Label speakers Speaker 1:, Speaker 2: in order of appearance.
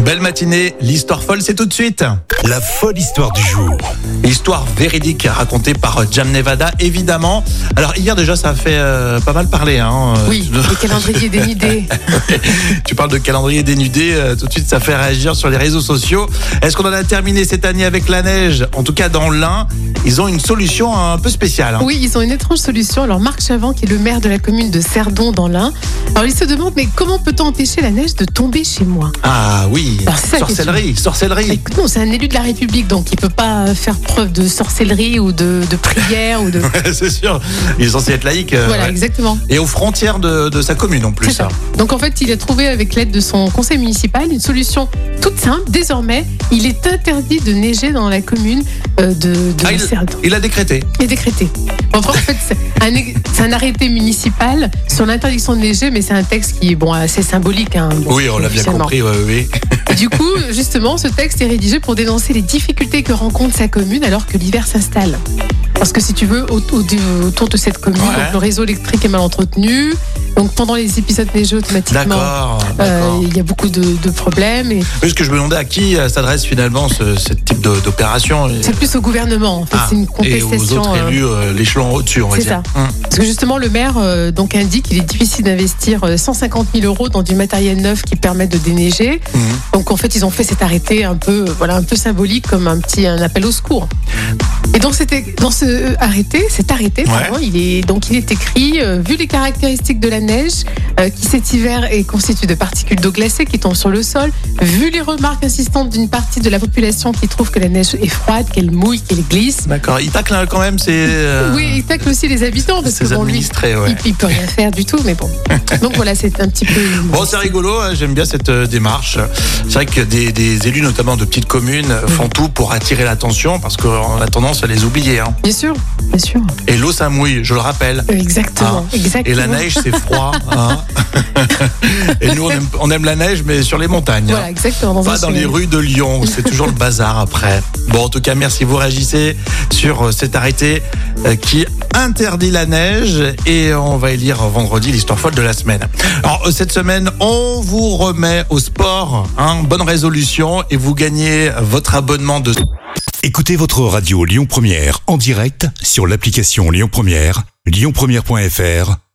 Speaker 1: Belle matinée, l'histoire folle c'est tout de suite.
Speaker 2: La folle histoire du jour.
Speaker 1: Histoire véridique racontée par euh, Jam Nevada évidemment. Alors hier déjà ça a fait euh, pas mal parler. Hein. Euh,
Speaker 3: Oui, les calendriers dénudés.
Speaker 1: Tu parles de calendrier dénudé, euh, tout de suite ça fait réagir sur les réseaux sociaux. Est-ce qu'on en a terminé cette année avec la neige En tout cas dans l'Ain, ils ont une solution un peu spéciale. hein.
Speaker 3: Oui, ils ont une étrange solution. Alors, Marc Chavant, qui est le maire de la commune de Cerdon dans l'Ain, alors il se demande mais comment peut-on empêcher la neige de tomber chez moi
Speaker 1: Ah oui,
Speaker 3: Alors, c'est ça la
Speaker 1: sorcellerie, sorcellerie.
Speaker 3: Écoute, Non, c'est un élu de la République, donc il peut pas faire preuve de sorcellerie ou de, de prière ou de.
Speaker 1: c'est sûr, il est censé être laïque. euh,
Speaker 3: Voilà,
Speaker 1: ouais.
Speaker 3: exactement.
Speaker 1: Et aux frontières de, de sa commune en plus.
Speaker 3: C'est ça.
Speaker 1: hein.
Speaker 3: Donc en fait, il a trouvé avec l'aide de son conseil municipal une solution toute simple. Désormais, il est interdit de neiger dans la commune euh, de, de
Speaker 1: Ah,
Speaker 3: Cerdon.
Speaker 1: Il a décrété.
Speaker 3: est décrété. En vrai, en fait, c'est un, ex- c'est un arrêté municipal sur l'interdiction de neiger, mais c'est un texte qui est bon, assez symbolique. hein. Bon,
Speaker 1: Oui, on l'a bien
Speaker 3: officiellement.
Speaker 1: compris, ouais, oui.
Speaker 3: Et Du coup, justement, ce texte est rédigé pour dénoncer les difficultés que rencontre sa commune alors que l'hiver s'installe. Parce que si tu veux, au- au- autour de cette commune,
Speaker 1: Ouais.
Speaker 3: donc, le réseau électrique est mal entretenu. Donc pendant les épisodes neigeux, automatiquement,
Speaker 1: D'accord.
Speaker 3: euh,
Speaker 1: d'accord.
Speaker 3: il y a beaucoup de, de problèmes. Et
Speaker 1: Parce que je me demandais à qui euh, s'adresse finalement ce, ce type de- d'opération.
Speaker 3: c'est plus au gouvernement. En fait,
Speaker 1: Ah,
Speaker 3: c'est une
Speaker 1: et aux
Speaker 3: contestation.
Speaker 1: autres
Speaker 3: euh,
Speaker 1: élus, euh, l'échelon au-dessus, on va
Speaker 3: C'est
Speaker 1: dire. Hum.
Speaker 3: Parce que justement, le maire euh, donc indique qu'il est difficile d'investir euh, 150 000 euros dans du matériel neuf qui permet de déneiger.
Speaker 1: Mhm.
Speaker 3: Donc en fait, ils ont fait cet arrêté un peu, euh, voilà, un peu symbolique, comme un petit un appel au secours. Et dans, cet, é- dans ce euh, arrêté, cet arrêté, pardon, il est donc il est écrit euh, vu les caractéristiques de la neige euh, qui cet hiver est constituée de particules d'eau glacée qui tombent sur le sol, vu les remarques insistantes d'une partie de la population qui trouve que la neige est froide, qu'elle mouille, qu'elle glisse.
Speaker 1: D'accord. Il tacle hein, quand même, c'est. euh,
Speaker 3: Oui, il tacle aussi les habitants parce que
Speaker 1: Ses
Speaker 3: bon, lui,
Speaker 1: administrés, ouais.
Speaker 3: il, il peut rien faire du tout, mais bon. Donc voilà, c'est un petit peu.
Speaker 1: Bon, c'est rigolo, hein, j'aime bien cette euh, démarche. C'est vrai que des, des élus, notamment de petites communes, euh, font tout pour attirer l'attention parce qu'on a tendance à les oublier. hein.
Speaker 3: Bien sûr, bien sûr.
Speaker 1: Et l'eau, ça mouille, je le rappelle. hein.
Speaker 3: Euh, Exactement,
Speaker 1: Ah. Et
Speaker 3: exactement.
Speaker 1: la neige, c'est froid. hein. Et nous, on aime, on aime la neige, mais sur les montagnes. hein.
Speaker 3: Voilà, exactement. Dans un
Speaker 1: Pas dans les
Speaker 3: semaine.
Speaker 1: rues de Lyon, où c'est toujours le bazar après. Bon, en tout cas, merci. Vous réagissez sur euh, cet arrêté euh, qui interdit la neige et on va élire vendredi l'histoire folle de la semaine. Alors, euh, cette semaine, on vous remet au sport, hein, bonne résolution et vous gagnez votre abonnement de
Speaker 2: Écoutez votre radio Lyon Première en direct sur l'application Lyon Première, lyonpremière.fr